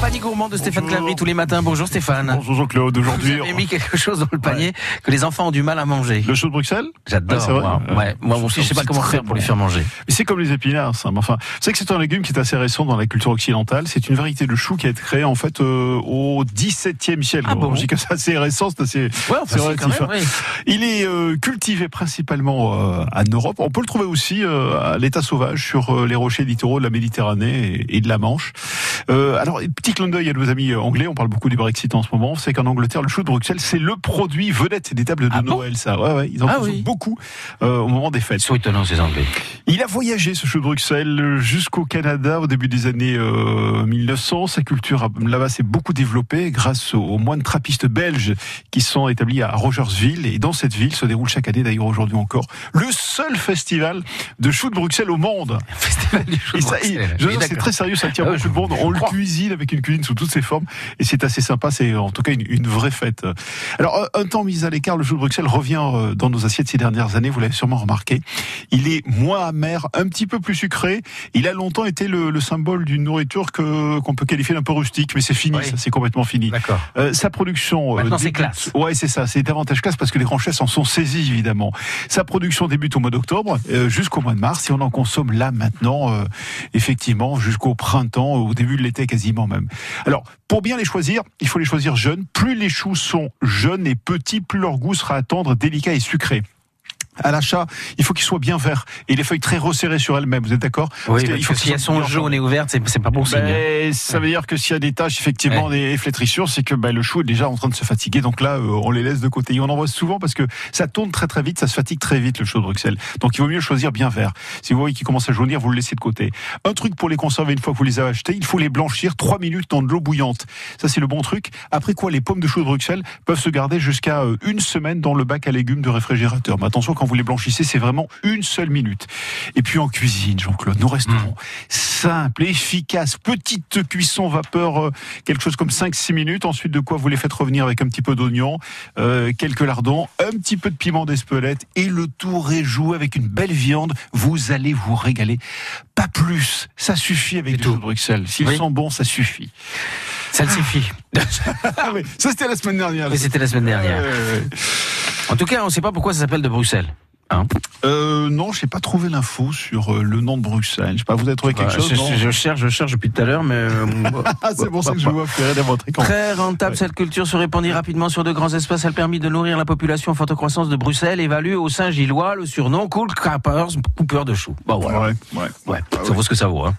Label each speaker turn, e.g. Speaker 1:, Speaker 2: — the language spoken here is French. Speaker 1: panier gourmand de Stéphane Claverie tous les matins. Bonjour Stéphane.
Speaker 2: Bonjour Jean-Claude,
Speaker 1: Vous
Speaker 2: aujourd'hui.
Speaker 1: avez mis quelque chose dans le panier que les enfants ont du mal à manger.
Speaker 2: Le show de Bruxelles
Speaker 1: J'adore.
Speaker 2: Ouais, c'est vrai.
Speaker 1: moi.
Speaker 2: Euh,
Speaker 1: Ouais, moi aussi, je sais pas
Speaker 2: c'est
Speaker 1: comment
Speaker 2: très
Speaker 1: faire pour les
Speaker 2: bon.
Speaker 1: faire manger.
Speaker 2: Mais C'est comme les épinards, ça. Mais enfin, vous savez que c'est un légume qui est assez récent dans la culture occidentale. C'est une variété de chou qui a été créée en fait euh, au XVIIe siècle.
Speaker 1: Ah bon
Speaker 2: Je dis que c'est assez récent, c'est assez.
Speaker 1: Ouais, on
Speaker 2: C'est
Speaker 1: fait ça
Speaker 2: relatif,
Speaker 1: Ah, quand même, oui.
Speaker 2: Il est euh, cultivé principalement euh, en Europe. On peut le trouver aussi euh, à l'état sauvage sur euh, les rochers littoraux de la Méditerranée et, et de la Manche. Euh, alors, et petit clin d'œil à nos amis euh, anglais. On parle beaucoup du Brexit en ce moment. C'est qu'en Angleterre, le chou de Bruxelles, c'est le produit vedette des tables de
Speaker 1: Ah bon
Speaker 2: Noël. ça, ouais, ouais, ils en
Speaker 1: Ah
Speaker 2: consomment
Speaker 1: oui.
Speaker 2: beaucoup euh, au moment des fêtes.
Speaker 1: Ils sont étonnants ces Anglais.
Speaker 2: Il a voyagé, ce chou de Bruxelles, jusqu'au Canada au début des années euh, 1900. Sa culture à- là-bas s'est beaucoup développée grâce aux moines trappistes belges qui sont établis à Rogersville. Et dans cette ville se déroule chaque année, d'ailleurs aujourd'hui encore, le seul festival de chou de Bruxelles au monde.
Speaker 1: Festival du chou
Speaker 2: Et
Speaker 1: de
Speaker 2: ça, il-
Speaker 1: Bruxelles.
Speaker 2: je veux
Speaker 1: Oui,
Speaker 2: dire, c'est
Speaker 1: d'accord.
Speaker 2: très sérieux, ça tient
Speaker 1: Ah ouais,
Speaker 2: beaucoup de monde. On le
Speaker 1: crois.
Speaker 2: cuisine avec une cuisine sous toutes ses formes. Et c'est assez sympa. C'est en tout cas une, une vraie fête. Alors, un un temps mis à l'écart, le chou de Bruxelles revient euh, dans nos assiettes ces dernières années. Vous l'avez sûrement remarqué. Il est moins amer, un petit peu plus sucré. Il a longtemps été le, le symbole d'une nourriture que, qu'on peut qualifier d'un peu rustique. Mais c'est fini,
Speaker 1: Oui.
Speaker 2: ça, c'est complètement fini.
Speaker 1: D'accord.
Speaker 2: Euh, sa production. euh,
Speaker 1: Maintenant, c'est
Speaker 2: débute-
Speaker 1: classe.
Speaker 2: Ouais, c'est ça. C'est davantage classe parce que les grands chefs en sont saisis, évidemment. Sa production débute au mois d'octobre euh, jusqu'au mois de mars et on en consomme là, maintenant, euh, effectivement, jusqu'au printemps, au début de l'été quasiment même. Alors, pour bien les choisir, il faut les choisir jeunes. Plus les choux sont jeunes et petits, plus leur goût sera à tendre, délicat et sucré. À l'achat, il faut qu'ils soient bien verts et les feuilles très resserrées sur elles-mêmes. Vous êtes d'accord
Speaker 1: Oui,
Speaker 2: Parce que
Speaker 1: parce
Speaker 2: il faut
Speaker 1: que
Speaker 2: que
Speaker 1: si
Speaker 2: ce
Speaker 1: elles
Speaker 2: soit
Speaker 1: sont
Speaker 2: bien
Speaker 1: jaunes et ouvertes, c'est c'est pas bon signe. hein.
Speaker 2: ben, ça veut dire que s'il y a des tâches, effectivement, des flétrissures, c'est que ben, le chou est déjà en train de se fatiguer. Donc là, euh, on les laisse de côté. Et on en voit souvent parce que ça tourne très très vite, ça se fatigue très vite le chou de Bruxelles. Donc il vaut mieux le choisir bien vert. Si vous voyez qu'il commence à jaunir, vous le laissez de côté. Un truc pour les conserver une fois que vous les avez achetés, il faut les blanchir 3 minutes dans de l'eau bouillante. Ça c'est le bon truc. Après quoi, les pommes de chou de Bruxelles peuvent se garder jusqu'à euh, une semaine dans le bac à légumes de réfrigérateur. Mais attention, quand vous les blanchissez, c'est vraiment une seule minute. Et puis en cuisine, Jean-Claude, nous
Speaker 1: Hmm.
Speaker 2: resterons simple, efficace, petite cuisson vapeur, euh, quelque chose comme 5-6 minutes. Ensuite, de quoi vous les faites revenir avec un petit peu d'oignon, euh, quelques lardons, un petit peu de piment d'Espelette et le tout réjoui avec une belle viande. Vous allez vous régaler. Pas plus, ça suffit avec du chou de Bruxelles. S'ils
Speaker 1: Oui.
Speaker 2: sont bons, ça suffit.
Speaker 1: hein. Ça le suffit.
Speaker 2: Ah oui, ça c'était la semaine dernière.
Speaker 1: Mais c'était la semaine dernière.
Speaker 2: Euh,
Speaker 1: En tout cas, on ne sait pas pourquoi ça s'appelle de Bruxelles. Hein
Speaker 2: euh, non, j'ai pas trouvé l'info sur euh, le nom de Bruxelles. Je sais pas, vous avez trouvé quelque
Speaker 1: Bah,
Speaker 2: chose
Speaker 1: je,
Speaker 2: non
Speaker 1: je- je cherche, je cherche depuis tout à l'heure, mais euh,
Speaker 2: Ah, c'est pour ça que je vois Ferré dans votre écran.
Speaker 1: Très rentable,
Speaker 2: Ouais.
Speaker 1: cette culture se répandit rapidement sur de grands espaces. Elle permit de nourrir la population en forte croissance de Bruxelles, évalue au Saint-Gillois le surnom Cool Crappers, coupeur de choux. Bon, voilà.
Speaker 2: Ah. ouais.
Speaker 1: Ouais, ça vaut ce que ça vaut. hein.